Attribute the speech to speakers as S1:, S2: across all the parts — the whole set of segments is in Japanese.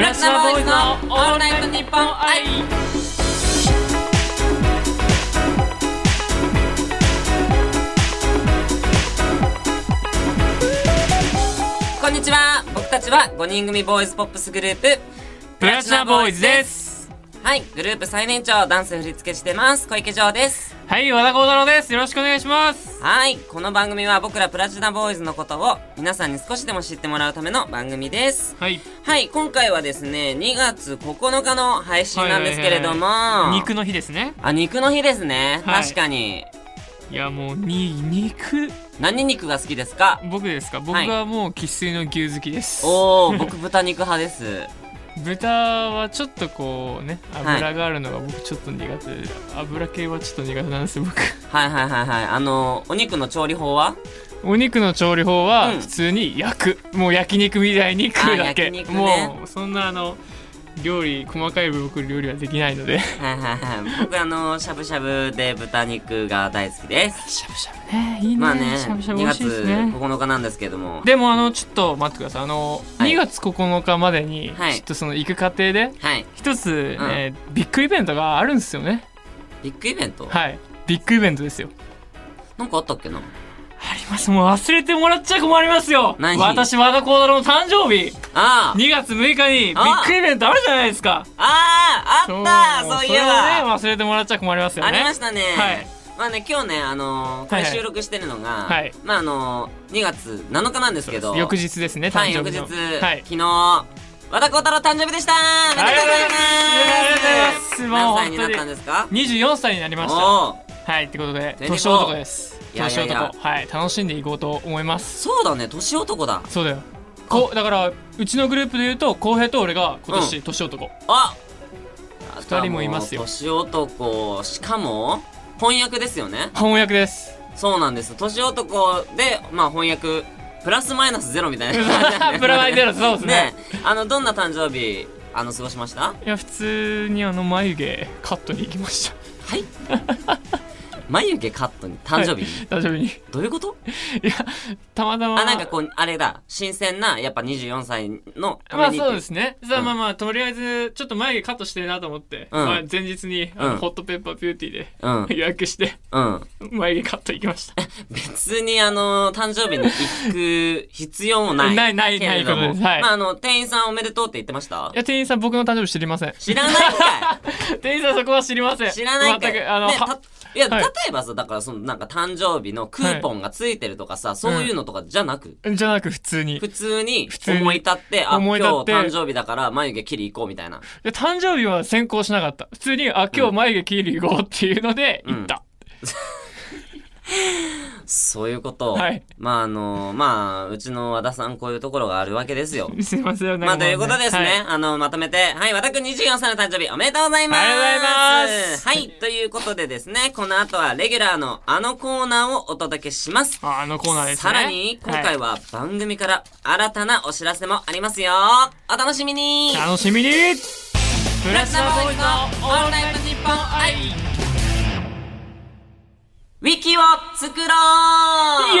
S1: ラシナボーイズのオールナイトニッポン愛こんにちは僕たちは5人組ボーイズポップスグループ
S2: プラチナボーイズです
S1: はいグループ最年長ダンス振り付けしてます小池城です
S2: はい和田幸太郎ですよろしくお願いします
S1: はいこの番組は僕らプラチナボーイズのことを皆さんに少しでも知ってもらうための番組です
S2: はい
S1: はい、今回はですね、2月9日の配信なんですけれども、
S2: 肉の日ですね
S1: あ、肉の日ですね。
S2: はい
S1: 確かに。
S2: いやもうに肉
S1: 何肉が好きで すか
S2: 僕ですか僕はもう生粋の牛好きです、
S1: おー、僕豚肉派です。
S2: 豚はちょっとこうね
S1: はい
S2: 油があるのが僕ちょっと苦手で、油系はちょっと苦手なんですよ僕
S1: はいはいはいはい。あの、お肉の調理法は
S2: お肉の調理法は
S1: うん
S2: 普通に焼く、もう焼肉みたいに食うだ
S1: あ
S2: け、
S1: 焼肉ね
S2: もうそんなあの料理細かい部分料理はできないので
S1: はいはいはい。僕あの、しゃぶしゃぶで豚肉が大好きです。
S2: しゃぶしゃぶねいいね,、
S1: まあね、
S2: しゃぶしゃぶ
S1: 2
S2: 美味し
S1: 月
S2: いですね
S1: 9日なんですけども。
S2: でもあのちょっと待ってくださいあの、
S1: はい
S2: 2月9日までに、
S1: はい
S2: ちょっとその行く過程で
S1: はい。
S2: 一つ、
S1: うん
S2: えービッグイベントがあるんですよね
S1: ビッグイベント、
S2: はいビッグイベントですよ
S1: なんかあったっけな
S2: ありますもう忘れてもらっちゃ困りますよ
S1: 何
S2: 私和田幸太郎の誕生日
S1: ああ
S2: 2月6日にビッグイベントあるじゃないですか
S1: あああったそういえ
S2: れを
S1: ば
S2: ね忘れてもらっちゃ困りますよ
S1: あ
S2: ね
S1: りましたね。
S2: はい
S1: まあね、今日ね、あのー、これ
S2: はいはい
S1: 収録してるのが、
S2: はい
S1: まああのー、2月7日なんですけど、
S2: 翌日ですね誕
S1: はい、
S2: 生
S1: 翌
S2: 日
S1: 日、
S2: のはい
S1: 昨日、和田幸太郎誕生日でしたおめでとうございま
S2: あ
S1: す
S2: りがとう
S1: 何
S2: ござ
S1: 歳
S2: います
S1: になったんですか
S2: 24歳になりました
S1: おー
S2: はいってことで
S1: 24
S2: 年男です
S1: いやい
S2: 年
S1: やいや
S2: 男はい楽しんでいこうと思います
S1: そうだね、年男だ。
S2: そうだよこうだからうちのグループで言うと浩平と俺が今年年男、
S1: あ
S2: 二人もいますよ
S1: あとはう年男、しかも、翻訳ですよね。
S2: 翻訳 です
S1: そうなんです。年男で、まあ翻訳、プラスマイナスゼロみたいな。
S2: プラマイゼロそうですね
S1: ねあの、どんな誕生日、あの、過ごしました
S2: いや普通にあの眉毛カットに行きました
S1: はい眉毛カットに誕生日に、
S2: 大丈夫にい
S1: どういうこと
S2: やたまたま
S1: あ、なんかこう、あれだ、新鮮な、やっぱ24歳のた
S2: ま
S1: め
S2: あ
S1: にってい
S2: そうですね。さあ
S1: うん
S2: まあまあ、とりあえず、ちょっと眉毛カットしてるなと思って、
S1: うん
S2: まあ前日に、あ
S1: うん
S2: のホットペッパービューティーで
S1: うん。
S2: 予約して、
S1: うん。
S2: 眉毛カット行きま した。
S1: 別にあの、誕生日に行く必要もない。
S2: ないない
S1: けれども
S2: ないことですはい
S1: まああの、店員さんおめでとうって言ってました
S2: いや、店員さん僕の誕生日知りません。
S1: 知らないか
S2: 店員さんそこは知りません。
S1: い知らないか い
S2: 全く、あの、
S1: ね
S2: は
S1: たいや、
S2: はい
S1: 例えばさ、だからその、なんか誕生日のクーポンがついてるとかさ、そういうのとかじゃなく、
S2: じゃなく普通に。い
S1: 普通に
S2: 通に
S1: 思い立って、あ、今
S2: 思い
S1: 日
S2: 立って
S1: 誕生日だから眉毛切り行こうみたいな。
S2: や、誕生日は先行しなかった。普通に、あ、今日眉毛切り行こうっていうので、行った。
S1: そういうことを。
S2: はい
S1: まあ、あの、まあ、うちの和田さん、こういうところがあるわけですよ。
S2: すいません、なんか
S1: まあ、
S2: も
S1: ということですね。
S2: はい
S1: あの、まとめて、はい、和田くん24歳の誕生日、おめでとうございます。
S2: ありがとうございます
S1: はい、ということでですね、この後はレギュラーのあのコーナーをお届けします。
S2: ああのコーナーですね。
S1: さらに、今
S2: は
S1: 回
S2: い
S1: は番組から新たなお知らせもありますよ。お楽しみに
S2: 楽しみにプラ
S1: ラチ
S2: チ
S1: ナ
S2: ナ
S1: ボ
S2: ボー
S1: ーイ
S2: イ
S1: ズ
S2: ズの
S1: のオ
S2: オ
S1: ー
S2: ー
S1: ル
S2: ル
S1: ナ
S2: ナ
S1: イ
S2: イト
S1: トニ
S2: ニ
S1: ッ
S2: ッ
S1: ポ
S2: ポ
S1: ン
S2: ン
S1: 愛
S2: 愛
S1: ウィキを作ろう
S2: イエ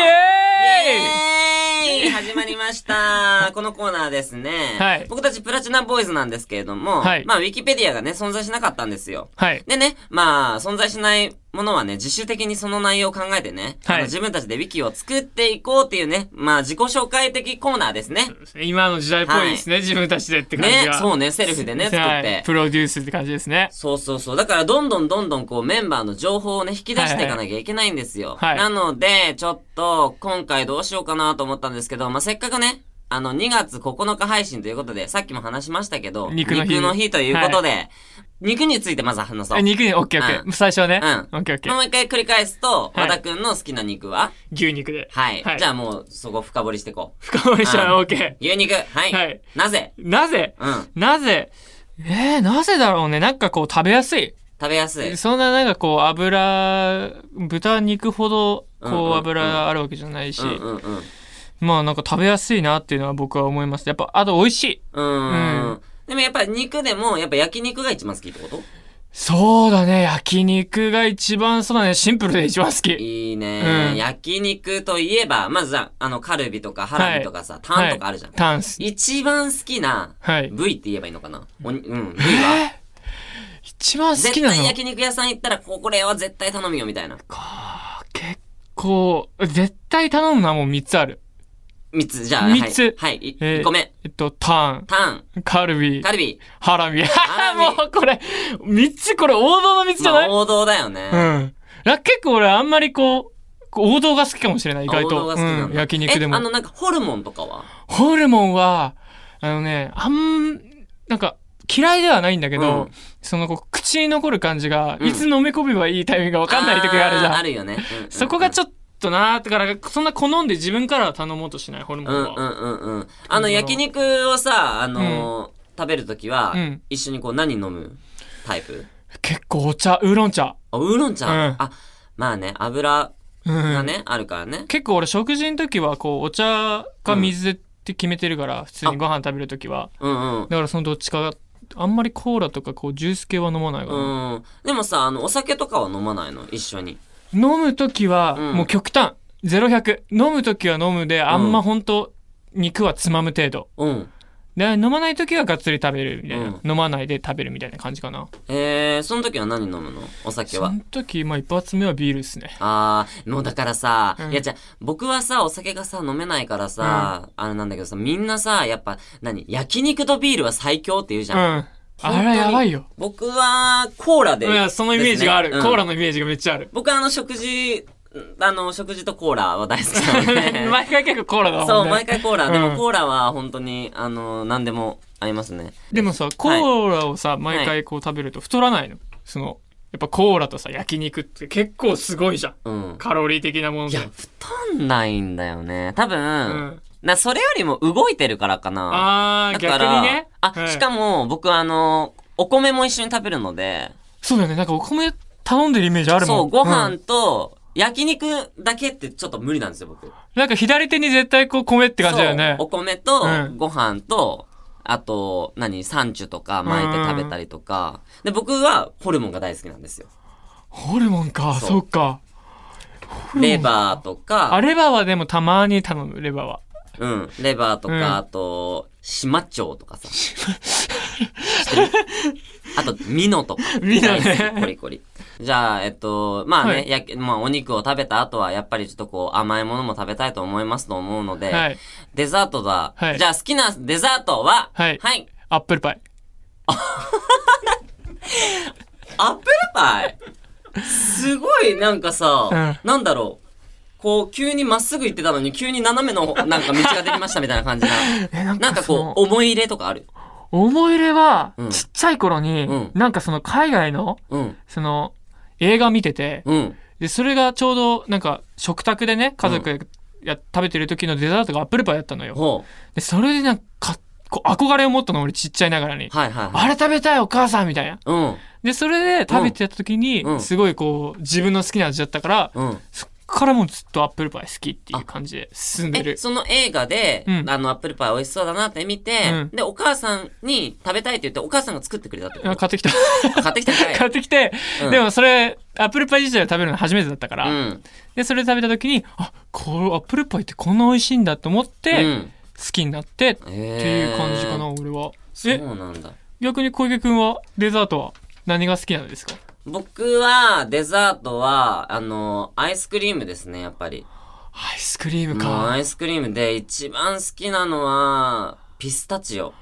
S2: ーイ
S1: イエーイ始まり ました。このコーナーですね。
S2: はい
S1: 僕たちプラチナボーイズなんですけれども、
S2: はい
S1: まあ、ウィキペディアがね、存在しなかったんですよ。
S2: はい。
S1: でね、まあ、存在しないものはね、自主的にその内容を考えてね、
S2: はい
S1: あの自分たちでウィキを作っていこうっていうね、まあ、自己紹介的コーナーですね。
S2: 今の時代っぽいですね、自分たちでって感じ
S1: ね
S2: が。、
S1: そうね、セルフでね、作っ
S2: はい
S1: て。
S2: プロデュースって感じですね。
S1: そうそうそう。だから、どんどんどんどんこう、メンバーの情報をね、引き出していかなきゃいけないんですよ。
S2: はい
S1: なので、ちょっと、今回どうしようかなと思ったんですけど、まあ、せっかくね、あの、2月9日配信ということで、さっきも話しましたけど、
S2: 肉の日
S1: ということで、肉についてまず話そう。
S2: え肉に、オッケーオッケー。
S1: う
S2: 最初はね。
S1: うん
S2: オッケーオッケ
S1: も
S2: ー。
S1: う一回繰り返すと、
S2: はい
S1: 和田くんの好きな肉は
S2: 牛肉で。
S1: はい。
S2: はい
S1: じゃあもう、そこ深掘りしていこう。
S2: 深掘りしたら
S1: う
S2: OK。
S1: 牛肉、はい。
S2: はい
S1: なぜ
S2: なぜ
S1: うん。
S2: なぜえー、なぜだろうね。なんかこう食べやすい。
S1: 食べやすい。
S2: そんななんかこう油、豚肉ほど
S1: うんうんう
S2: こ
S1: ん
S2: う油があるわけじゃないし
S1: うん、うんうん。
S2: まあなんか食べやすいなっていうのは僕は思います。やっぱ、あと美味しい。
S1: うーん。
S2: うん
S1: でもやっぱり肉でも、やっぱ焼肉が一番好きってこと
S2: そうだね。焼肉が一番、そうだね。シンプルで一番好き。
S1: いいね、
S2: うん
S1: 焼肉といえば、まずさ、あの、カルビとかハラミとかさ、タンとかあるじゃん。
S2: タンス。
S1: 一番好きな
S2: はい。
S1: 部位って言えばいいのかなおにうん、部位
S2: え
S1: は。
S2: ー一番好
S1: 絶
S2: きなの
S1: 対焼肉屋さん行ったら、ここれは絶対頼むよ、みたいな。
S2: か結構、絶対頼むのはもう3つある。
S1: 三つ、じゃあ、
S2: 三つ
S1: はい。はい、い
S2: えー
S1: 一個目。
S2: えっと、タン、
S1: タン、
S2: カルビ、
S1: カルビ。
S2: ハラミ。
S1: ハラ ミ
S2: もうこれ、3つ、これ王道の3つじゃ
S1: ま
S2: な
S1: あ、
S2: い、
S1: 王道だよね。
S2: うん。ら結構俺あんまりこう、こう王道が好きかもしれない、意外
S1: 王道
S2: と。
S1: が好きなんだ
S2: うん、焼肉で
S1: え、あの、
S2: も。
S1: なんか、ホルモンとかは
S2: ホルモンは、あのね、あん、なんか、嫌いではないんだけど、
S1: うん
S2: そのこう口に残る感じが、
S1: うん
S2: いつ飲み込めばいいタイミングがわかんない時があるじゃ
S1: ー
S2: ん。
S1: あるよね。うん
S2: そこがち
S1: ょっ
S2: ょっとなーってから、そんな好んで自分からは頼もうとしない、ホルモ
S1: う
S2: ン
S1: んう
S2: は。
S1: んうんうん。あの、焼肉をさ、あのー食べるときは、
S2: うん
S1: 一緒にこう、何飲むタイプ
S2: 結構お茶、ウーロン茶。
S1: あ、ウーロン茶、
S2: うん
S1: あ、まあね、油
S2: うん
S1: がね、あるからね。
S2: 結構俺食事の時は、こう、お茶か水でって決めてるから、普通にご飯食べる時は。
S1: うんうん。
S2: だからそのどっちかが、あんまりコーラとかこう、ジュース系は飲まないかな。
S1: うん、でもさあのお酒とかは飲まないの一緒に
S2: 飲む時は、
S1: うん
S2: もう極端。0100。飲む時は飲むで、あんまほんと、肉はつまむ程度。
S1: うん
S2: で、飲まない時はがっつり食べるみたいな
S1: う。
S2: 飲まないで食べるみたいな感じかな。
S1: えー、その時は何飲むのお酒
S2: そ
S1: は
S2: の時、まあ一発目はビールですね。
S1: あーもうだからさ、
S2: うん
S1: いやじゃあ僕はさお酒がさ飲めないからさ、あれなんだけどさみんなさやっぱ何焼肉とビールは最強って言うじ
S2: うん。
S1: ゃん、
S2: あれはやばいよ。
S1: 僕はコーラで
S2: いや、そのイメージがある。
S1: ですねうん
S2: コーラのイメージがめっちゃあ る。
S1: 僕はあの食事あの食事とコーラは大好きなの で
S2: 毎回結構コーラだもんね。
S1: そう毎回コーラ、で
S2: うん
S1: もコーラは本当にあの何でも合いますね
S2: でもさ、コーラをさ、毎回こう食べると太らないの。その、やっぱコーラとさ、焼肉って結構すごいじゃん。
S1: うん
S2: カロリー的なもの
S1: い
S2: で。
S1: や太んないんだよね多分、
S2: うん。
S1: なそれよりも動いてるからかな
S2: あー、
S1: だか
S2: 逆
S1: ら
S2: にね。
S1: あ、
S2: はい
S1: しかも僕あのお米も一緒に食べるので
S2: そうだよね。なんかお米頼んでるイメージあるもん。
S1: そうご
S2: ん
S1: 飯と焼肉だけってちょっと無理なんですよ僕っ
S2: なんか左手に絶対こう米って感じだよね。
S1: お米と
S2: うん
S1: ご飯と、あと何サンチュとか巻いて食べたりとかで僕はホルモンが大好きなんですよ
S2: ホルモンか、
S1: そう
S2: そっか。
S1: レバーとか
S2: あ、レバーはでもたまに頼む、レバーは。
S1: うん、レバーとか、
S2: うん
S1: あと、島町とかさ。知ってるあと、ミノとか。
S2: ミノね
S1: 大好きコリコリ。じゃあ、えっと、まあね、
S2: はい
S1: やけまあお肉を食べた後は、やっぱりちょっとこう、甘いものも食べたいと思いますと思うので、
S2: はい。
S1: デザートだ。
S2: はい
S1: じゃあ、好きなデザートは、
S2: はいアップルパイ。
S1: アップルパイすごい、なんかさ、
S2: う
S1: なんだろう。こう、急にまっすぐ行ってたのに、急に斜めの、なんか道ができましたみたいな感じな。
S2: え、 な
S1: なんか
S2: そ
S1: こ
S2: の
S1: う、思い入れとかある。
S2: 思い入れは
S1: うん、
S2: ちっちゃい頃に、
S1: うん
S2: なんかその海外の、
S1: うん。
S2: その、映画見てて、
S1: うん。
S2: で、それがちょうど、なんか、食卓でね、家族でや、食べてる時のデザートがアップルパイだったのよ。
S1: ほ
S2: で、それでなんか、こう憧れを持ったの、俺ちっちゃいながらに
S1: う。。はいはいはい。
S2: あれ食べたい、お母さんみたいな。
S1: うん。
S2: で、それで食べてた時に
S1: う、ん
S2: すごいこう、自分の好きな味だったから、
S1: うん。
S2: そっからもうずっとアップルパイ好きっていう感じで進んで
S1: え、
S2: る。
S1: その映画で、
S2: うん
S1: あの、アップルパイ美味しそうだなって見て、
S2: うん
S1: で、お母さんに食べたいって言って、お母さんが作ってくれたってこ
S2: あ
S1: と
S2: 買ってきた。
S1: あ買ってきたんかい
S2: 買ってきて、
S1: うん
S2: でもそれ、アップルパイ自体を食べるの初めてだったから、
S1: うん。
S2: で、それ食べた時に、あ、これアップルパイってこんな美味しいんだと思って、
S1: うん、
S2: 好きになってっ
S1: って
S2: ていう感じかな、。俺は。
S1: そ
S2: え、
S1: うなんだ。
S2: 逆に小池くんはデザートは何が好きなんですか
S1: 僕は、デザートは、あの、アイスクリームですね、やっぱり。
S2: アイスクリーム
S1: もう
S2: か。
S1: アイスクリームで一番好きなのは、ピスタチオ。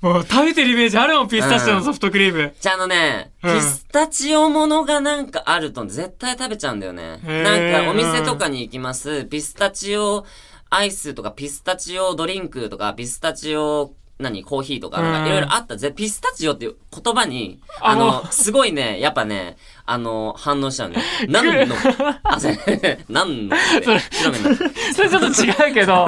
S2: もう食べてるイメージあるもん、ピスタチオのソフトクリーム。
S1: じゃああのね、
S2: うん
S1: ピスタチオものがなんかあると絶対食べちゃうんだよね。
S2: へー
S1: なんかお店とかに行きます。ピスタチオアイスとかピスタチオドリンクとかピスタチオ何コーヒーとか
S2: う
S1: なん
S2: ん
S1: かいろいろあったぜ。ピスタチオっていう言葉に、
S2: あ
S1: あ
S2: の
S1: の、すごいね、やっぱね、あの、反応しち ゃうね。何の、あ、それ、 何のって白目になっちゃう
S2: それちょっと違うけど。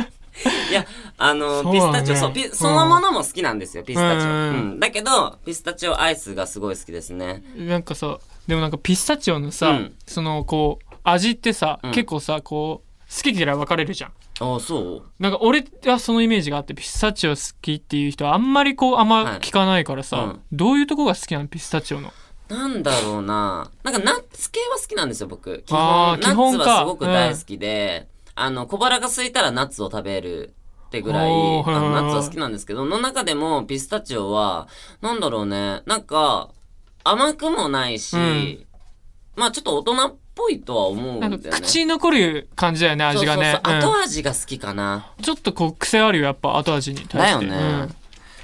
S1: いや、あの、
S2: そう
S1: ピ
S2: だ
S1: ス
S2: ね
S1: タチオ、そう、ピそのものも好きなんですよ、ピスタチオ。
S2: う
S1: うんん。だけど、ピスタチオアイスがすごい好きですね。
S2: なんかさ、でもなんかピスタチオのさ、
S1: うん
S2: そのこう、味ってさ、
S1: うん
S2: 結構さ、こう、好き嫌い分かれるじゃん。
S1: ああ、そう
S2: なんか俺はそのイメージがあって、ピスタチオ好きっていう人はあんまりこうあんま
S1: はい
S2: 聞かないからさ、
S1: うん
S2: どういうとこが好きなのピスタチオの。
S1: なんだろうな。なんかナッツ系は好きなんですよ、僕。基
S2: あ
S1: 本、
S2: ー
S1: ナ
S2: 基本
S1: ッ
S2: か
S1: ツはすごく大好きで、あの、小腹が空いたらナッツを食べるってぐらい、あ
S2: おーはいはい
S1: の
S2: はい
S1: ナッツは好きなんですけど、の中でもピスタチオは、なんだろうね、なんか、甘くもないし、
S2: うん
S1: まあちょっと大人っぽいとは思うんだ
S2: な
S1: よ
S2: ん
S1: ね。
S2: か口に残る感じだよね、味がね。
S1: そうそうそうう。
S2: ん
S1: 後味が好きかな。
S2: ちょっとこう癖あるよ、やっぱ後味に対
S1: だ
S2: し
S1: よ
S2: て。
S1: ね、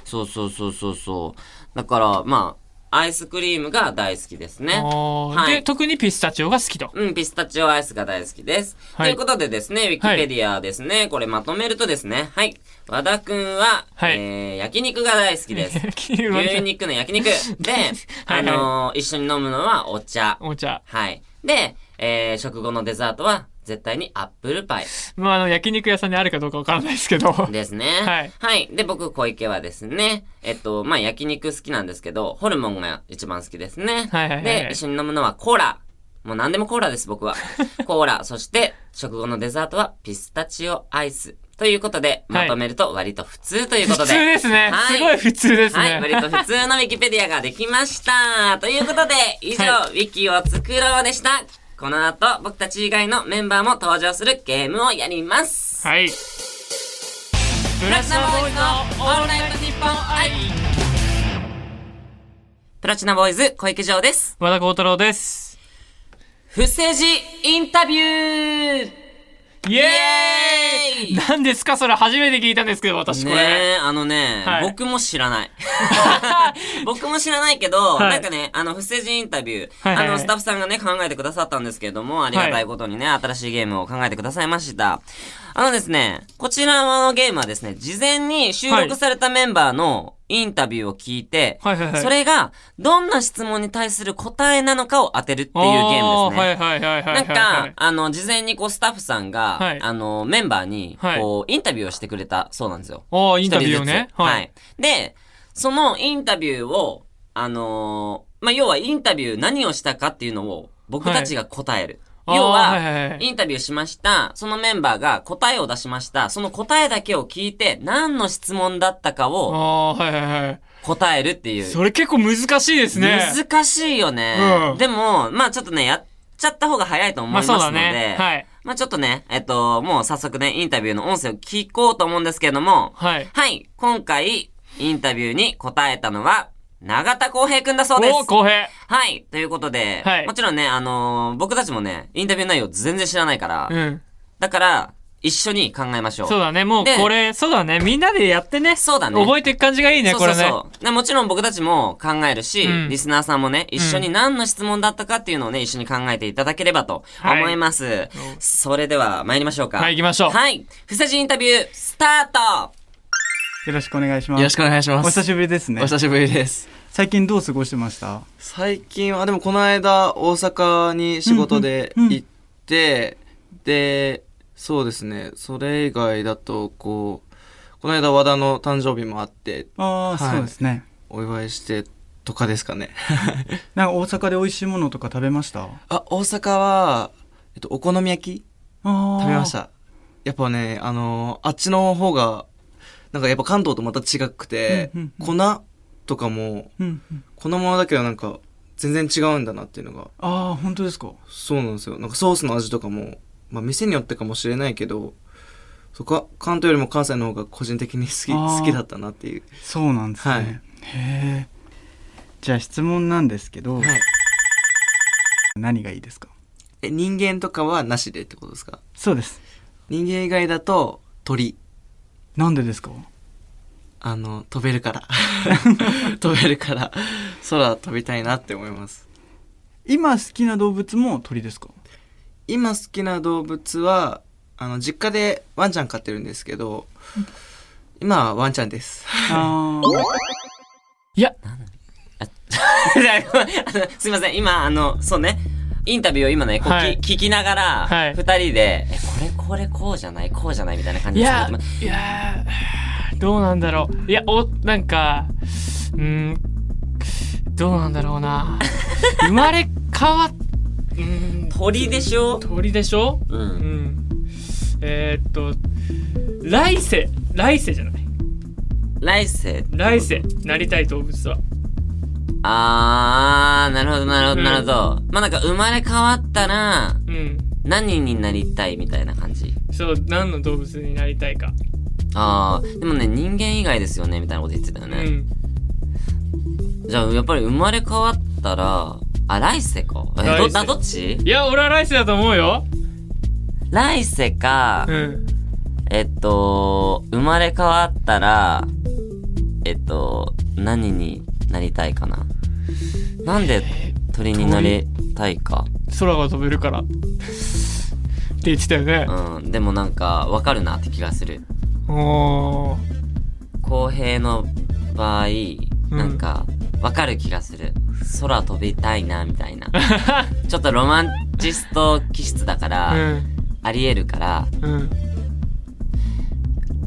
S1: そうそうそうそうそう。だから、まあ、アイスクリームが大好きです
S2: うん、
S1: ね
S2: あ。ー
S1: はい
S2: で、特にピスタチオが好きと。
S1: うん、ピスタチオアイスが大好きです。
S2: はい
S1: ということでですね、ウィキペディアですね、これまとめるとですね、はい。和田くんは、
S2: はい
S1: えー、焼肉が大好 きです。 牛肉の焼肉。で、
S2: はい
S1: あのー一緒に飲むのはお茶。
S2: お茶。
S1: はい。で、えー、食後のデザートは、絶対にアップルパイ
S2: まあ、あの、焼肉屋さんにあるかどうかわからないですけど。
S1: ですね。
S2: はい
S1: で、僕、小池はですね、えっと、まあ、焼肉好きなんですけど、ホルモンが一番好きですね。
S2: はいはいはい
S1: で、一緒に飲むのはコーラ。もう何でもコーラで す、僕は。コーラ。そして、食後のデザートはピスタチオアイス。ということで、
S2: は
S1: ま
S2: い
S1: とめると割と普通という
S2: 普
S1: こと
S2: 通
S1: で。
S2: ですね。
S1: はい
S2: すごい普通ですね。
S1: はい、割と普通のウィキペディアができました。ということで、以上、
S2: は
S1: ウィキを作ろうでした。この後、僕たち以外のメンバーも登場するゲームをやります。
S2: はい。ブラスナボーイズのオールナイトニッポンアイ
S1: プラチナボーイズ、小池城です。
S2: 和田幸太郎です。
S1: 不正字インタビュー
S2: イエ
S1: イエ
S2: ー
S1: ーイ
S2: イ何ですかそれ初めて聞いたんですけど、私これ。
S1: ねえ、あのね、
S2: はい
S1: 僕も知 らない。僕も知らないけど、
S2: はい
S1: なんかね、あの、不正人インタビュー、
S2: はいはいはい
S1: あの、スタッフさんがね、考えてくださったんですけれども、ありがたいことにね、新しいゲームを考えてくださいました。あのですね、こちらのゲームはですね、事前に収録されたメンバーのインタビューを聞いて、
S2: はいはいはい
S1: それが、どんな質問に対する答えなのかを当てるっていうゲームですね。
S2: あーはいはいはいはい
S1: な
S2: は
S1: ん
S2: い。
S1: か、あの、事前にこう、スタッフさんが、
S2: はい
S1: あの、メンバーに、
S2: はい
S1: こう、インタビューをしてくれたそうなんですよ。
S2: おーインタビューをね
S1: 一人ず。つはい、。で、そのインタビューを、あのーまあ、要はインタビュー何をしたかっていうのを、僕たちが答える。
S2: はい
S1: 要
S2: あ
S1: は、
S2: ーはいはいはい
S1: インタビューしました、そのメンバーが答えを出しました、その答えだけを聞いて、何の質問だったか
S2: あ
S1: を
S2: あ、はいはいはい。
S1: 答えるっていう。
S2: それ結構難しいですね。
S1: 難しいよね、
S2: うん
S1: でも、まあちょっとね、やっちゃった方が早いと思い
S2: ま
S1: ま
S2: あ
S1: すの
S2: そう
S1: で、
S2: だね。はい。
S1: まあちょっとね、えっと、もう早速ね、インタビューの音声を聞こうと思うんですけれども、
S2: はい。
S1: はい、今回、インタビューに答えたのは、永田浩平くんだそうです
S2: おー、。公平。
S1: はい、ということで、
S2: はい
S1: もちろんね、あのー僕たちもね、インタビュー内容全然知らないから、
S2: うん。
S1: だから、一緒に考えましょう。
S2: そうだね。もう
S1: で
S2: これ、そうだね。みんなでやってね。
S1: そうだね
S2: 覚えていく感じがいいね、
S1: そ
S2: こ
S1: うそ
S2: れ
S1: う
S2: ね。
S1: そう。でもちろん僕たちも考えるし、
S2: うん
S1: リスナーさんもね、一緒に何の質問だったかっていうのをね、一緒に考えていただければと思います。それでは参りましょうか。
S2: はい、行きましょう。
S1: はい。不正人インタビュー、スタート
S3: よろしくお願いします。
S4: よろしくお願いします。
S3: お久しぶりですね
S4: お。久しぶりです。
S3: 最近どう過ごしてました
S4: 最近は、でもこの間、大阪に仕事で
S3: うんうんうん
S4: 行って、で、そうですね、それ以外だと、こう、この間和田の誕生日もあって、
S3: ああ、
S4: はい
S3: そうですね。
S4: お祝いしてとかです かね。
S3: なんか大阪で美味しいものとか食べました
S4: あ、大阪は、えっと、お好み焼き食
S3: 食
S4: べまし。た。やっぱね、あのーあっちの方が、なんかやっぱ関東とまた違くて
S3: うん、うん
S4: 粉とかも、
S3: うんうん。
S4: 粉ものだけどなんか、全然違うんだなっていうのが
S3: ああ、本当ですか。
S4: そうなんですよ。なんかソースの味とかも、まあ店によってかもしれないけど、そこは関東よりも関西の方が個人的に好
S3: あー
S4: き、好きだったなっていう。
S3: そうなんですね。
S4: はい
S3: へえ。じゃあ質問なんですけど、何がいいですか
S4: え、人間とかはなしでってことですか
S3: そうです。
S4: 人間以外だと鳥。
S3: なんでですか
S4: あの、飛べ るから。飛べるから、空飛びたいなって思います。
S3: 今好きな動物も鳥ですか
S4: 今好きな動物は、あの、実家でワンちゃん飼ってるんですけど、今はワンちゃんです。
S3: あ
S1: じゃあごめんあのすいません、今、あの、そうね、インタビューを今ね、こうき、
S2: はい
S1: 聞きながら、二、
S2: はい
S1: 人で、え、これ、これ、こうじゃない、こうじゃない、みたいな感
S2: い
S1: じで喋っ
S2: や
S1: てます。、
S2: いやー、どうなんだろう。いや、お、なんか、うーん、どうなんだろうな。生まれ変わっ、うーん、
S1: 鳥でしょ
S2: 鳥でしょ
S1: う。
S2: うんん。えー、っと来世来世じゃない
S1: 来世
S2: 来世なりたい動物は
S1: あー、なるほど、なるほど、なるほど。まあ、なんか生まれ変わったら、
S2: うん
S1: 何になりたいみたいな感じ。
S2: そう何の動物になりたいか、
S1: あー、でもね、人間以外ですよね、みたいなこと言ってたよ
S2: う
S1: ね。
S2: ん、
S1: じゃあ、やっぱり生まれ変わったら、あ、来世か。え、ど、
S2: 来世
S1: だ、どっち
S2: いや俺は来世だと思うよ
S1: 来世か、
S2: うん
S1: えっと、生まれ変わったら、えっと、何になりたいかな。なんで鳥になりたいか。
S2: 空が飛べるからって言ってたよね、
S1: うん、でもなんか、わかるなって気がする。
S2: おー
S1: 公平の場合、なんか、わかる気がする。空飛びたいな、みたいな。ちょっとロマンチスト気質だから、
S2: う
S1: ありえるから、
S2: んうん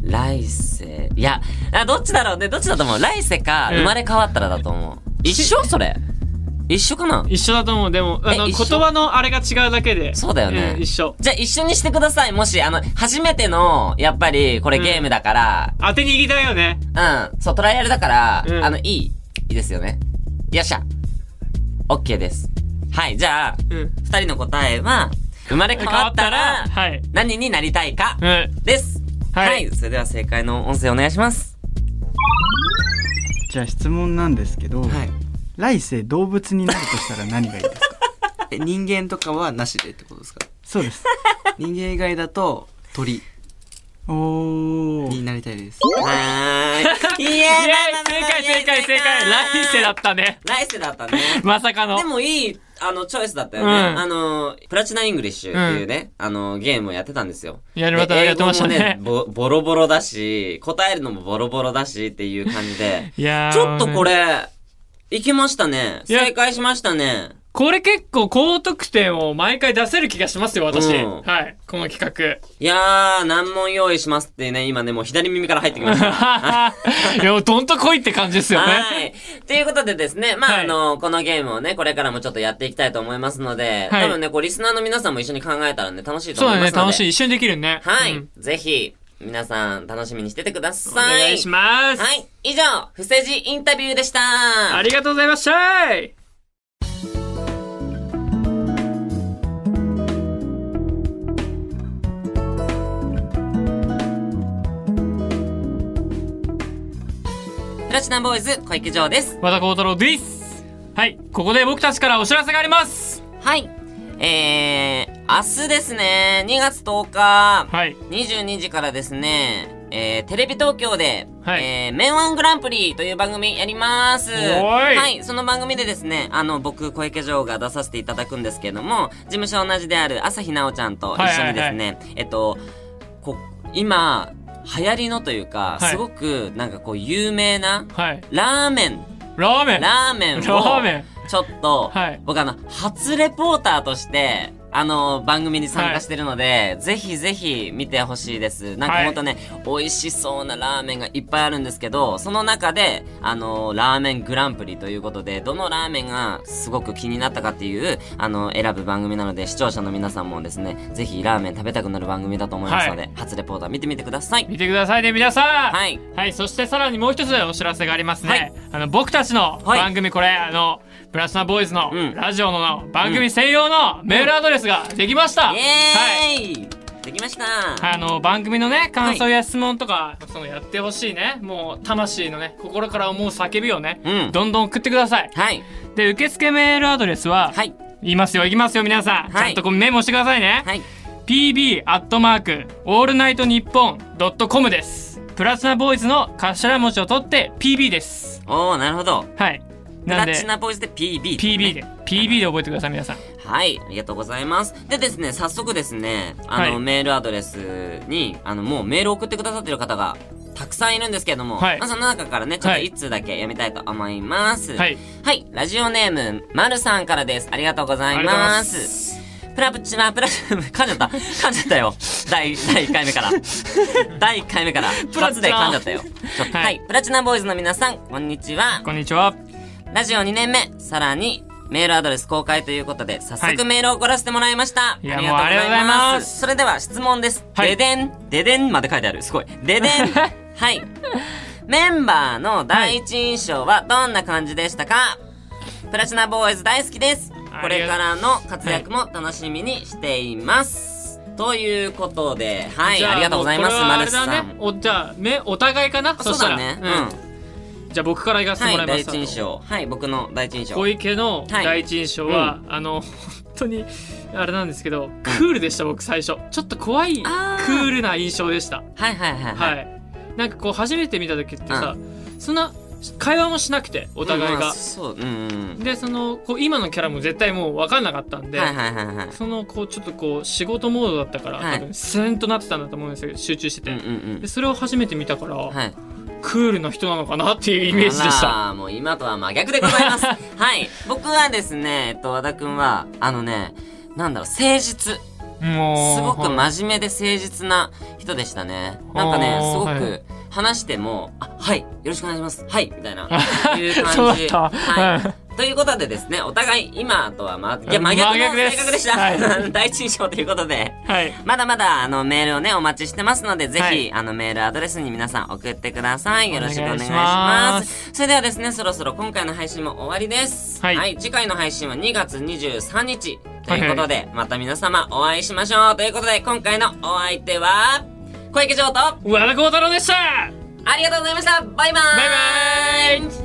S1: 来世、いや、あ、どっちだろうね、どっちだと思う。来世か、
S2: うん
S1: 生まれ変わったらだと思う。一緒それ。一緒かな
S2: 一緒だと思うでもあの
S1: え
S2: 言
S1: 一緒
S2: 葉のあれが違うだけで
S1: そうだよね
S2: ん一緒
S1: じゃあ一緒にしてください。もし、あの、初めての、やっぱり、これ
S2: うん
S1: ゲームだから、
S2: 当てに行きたいよね
S1: うん、そう、トライアルだから、
S2: うん
S1: あの、いい、いいですよね。よっしゃ。OK です。はい、じゃあ、
S2: うん
S1: 二人の答えは、生まれ変わったら、
S2: はい
S1: 何になりたいか、
S2: うん
S1: です。
S2: はい
S1: はい、それでは正解の音声お願いします。
S3: じゃあ質問なんですけど、
S4: はい。
S3: 来世動物になるとしたら何がいいですか
S4: え人間とかはなしでってことですか
S3: そう です
S4: 人間以外だと鳥
S3: お
S4: に
S3: ー
S4: なりたいです。
S1: は ーい。いや
S2: イエーイ正解正解正解来世だったね
S1: 来世だったね。
S2: まさかの
S1: でもいい、あの、チョイスだったよね。
S2: うん
S1: あの、プラチナイングリッシュっていうね、あの、ゲームをやってたんですよ。
S2: やりまた
S1: で
S2: やってましたね。
S1: 英語もねぼボロボロだし、答えるのもボロボロだしっていう感じで
S2: いやー
S1: ちょっとこれ、いきましたね。
S2: いや
S1: 正解しましたね。
S2: これ結構高得点を毎回出せる気がしますよ私、
S1: うん
S2: はいこの企
S1: いやー、難問用意しますってね、今ね、もう左耳から入ってき ました。
S2: 画いやどんと来いって感じですよ
S1: は
S2: ね
S1: い。ということでですね、まあ、
S2: はい
S1: あの、このゲームをね、これからもちょっとやっていきたいと思いますので、
S2: はい
S1: 多分ね、こう、リスナーの皆さんも一緒に考えたらね、楽しいと
S2: そう
S1: 思い
S2: だ
S1: ま
S2: ね
S1: すので。
S2: 楽しい一緒にできるね
S1: は
S2: う
S1: い。
S2: ん
S1: ぜひ、皆さん、楽しみにしててくださ
S2: お
S1: い。
S2: 願いします、
S1: はい。以上、不正字インタビューでした。
S2: ありがとうございました
S1: プラチナボーイズ、小池城です。
S2: 和田幸太郎ですはいここで僕たちからお知らせがあります
S1: はい。えー、明日ですね、2月10日。
S2: はい
S1: 22時からですね、えー、テレビ東京で、
S2: はい
S1: えー、メンワングランプリという番組やります。
S2: おーい
S1: はい、その番組でですね、あの、僕、小池城が出させていただくんですけれども、事務所同じである朝日奈央ちゃんと一緒にですね、えっと、こう、今、流行りのというか、
S2: はい
S1: すごく、なんかこう、有名な、
S2: はい
S1: ラーメン、
S2: ラーメン
S1: ラーメンを、
S2: ラーメン
S1: ちょっと、
S2: はい
S1: 僕あの、初レポーターとして、あの、番組に参加してるので、ぜひぜひ見てほしいです。なん
S2: は
S1: か
S2: い
S1: ほんとね、美味しそうなラーメンがいっぱいあるんですけど、その中で、あの、ラーメングランプリということで、どのラーメンがすごく気になったかっていう、あの、選ぶ番組なので、視聴者の皆さんもですね、ぜひラーメン食べたくなる番組だと思いますので、
S2: は
S1: 初レポーター見てみてください。
S2: 見てくださいね皆さん
S1: はい。
S2: はい、そしてさらにもう一つお知らせがありますね。
S1: はい
S2: あの僕たちの
S1: はい
S2: 番組、これ、あの、プラチナボーイズの
S1: うん
S2: ラジオの番組専用のメールアドレスができました。
S1: イ
S2: はい。
S1: エーイ、できました、
S2: はいあの番組のね感想や質問とか、そのやってほしいねもう魂のね心から思う叫びをね、
S1: うん
S2: どんどん送ってください
S1: はい。
S2: で受付メールアドレスは、
S1: はい。
S2: 言いますよ言いますよ皆さん、
S1: は
S2: ち
S1: い
S2: ゃんとこうメモしてくださいね、
S1: はい。
S2: pb アットマークオールナイトニッポンドットコムですプラチナボーイズの頭文字を取って pb です
S1: おー、なるほど。
S2: はい。
S1: プ
S2: なん
S1: ラ
S2: で、
S1: チナボーイズで PB。
S2: PB で、PB で覚えてください、皆さん。
S1: はい、ありがとうございます。でですね、早速ですね、あの、
S2: はい
S1: メールアドレスに、あの、もうメールを送ってくださってる方が、たくさんいるんですけれども、
S2: はい
S1: まあ、その中からね、ちょっと
S2: はい
S1: 一通だけ読みたいと思います。
S2: はい。
S1: はい、ラジオネーム、まるさんからです。ありがとうございます。プラプチナ、プラ、噛んじゃった。噛んじゃったよ。第、第1回目 から。第1回目から。
S2: プラ
S1: 初
S2: チ
S1: で
S2: ナ
S1: 噛んじゃったよ。ちょっと
S2: はい
S1: はい。プラチナボーイズの皆さん、こんにちは。
S2: こんにちは。
S1: ラジオ2年目、さらに、メールアドレス公開ということで、早
S2: はい
S1: 速メールを送らせてもらいました。
S2: いやもうありがとうございます
S1: それでは質問です。
S2: はい
S1: ででん、ででんまで書いてある。すごい。で でん。はい。メンバーの第一印象はどんな感じでしたか、プラチナボーイズ大好きです。これからの活躍も楽しみにしています。ということで、はい、
S2: じゃ
S1: ありがとうございます、
S2: もこれは
S1: マ
S2: あ
S1: ル
S2: れ
S1: スさ
S2: だ
S1: ん
S2: ね。。おじゃあ、め、お互いかな
S1: あ
S2: そ
S1: そう
S2: した
S1: だ
S2: ら。
S1: ね。
S2: うん。じゃあ僕から行かせても
S1: は
S2: ら
S1: い、
S2: います。
S1: 第一印象。はい、僕の第一印象。
S2: 小池の
S1: はい
S2: 第一印象は、あの本当にあれなんですけどクールでした僕最初ちょっと怖いク
S1: あー
S2: ールな印象でした
S1: はいはいはいは。
S2: はいいなんかこう初めて見た時ってさ、そんな会話もしなくてお互い
S1: うんま
S2: が
S1: あ、そう、うんうん。
S2: でそのこう今のキャラも絶対もう分かんなかったんで、
S1: はいはいはいはい。
S2: そのこうちょっとこう仕事モードだったから、
S1: はい
S2: 多分スーンとなってたんだと思うんですけど集中して
S1: う
S2: て、
S1: んうん
S2: でそれを初めて見たから、
S1: うん。はい。
S2: クールな人なのかなっていうイメージでした
S1: あらもう今とは真逆でござ います。はい。僕はですね、えっと、和田くんは、あのね、なんだろう、誠実。
S2: もう
S1: すごく
S2: はい
S1: 真面目で誠実な人でしたね。なんかね、
S2: あー
S1: すご
S2: は
S1: く話しても、あ、はい、よろしくお願いします。はい、み たいな、いう
S2: そう
S1: 感
S2: だ
S1: じ。
S2: った
S1: は。
S2: はい
S1: ということでですね、お互い今とは真いや
S2: うん
S1: 真
S2: 真
S1: 逆
S2: 逆
S1: の
S2: です
S1: 性格でした。
S2: は
S1: 第一印象ということで。
S2: はい
S1: まだまだあのメールをねお待ちしてますのでぜひ、
S2: はい
S1: あのメールアドレスに皆さん送ってくださいよろしくお願いします
S2: お願いしま
S1: それではですねそろそろ今回の配信も終わりです
S2: はい
S1: 次回の配信は2月23日ということで、また皆様お会いしましょうということで今回のお相手は小池城と
S2: 和田幸太郎でした
S1: ありがとうございましたバイバーイ
S2: バイバイ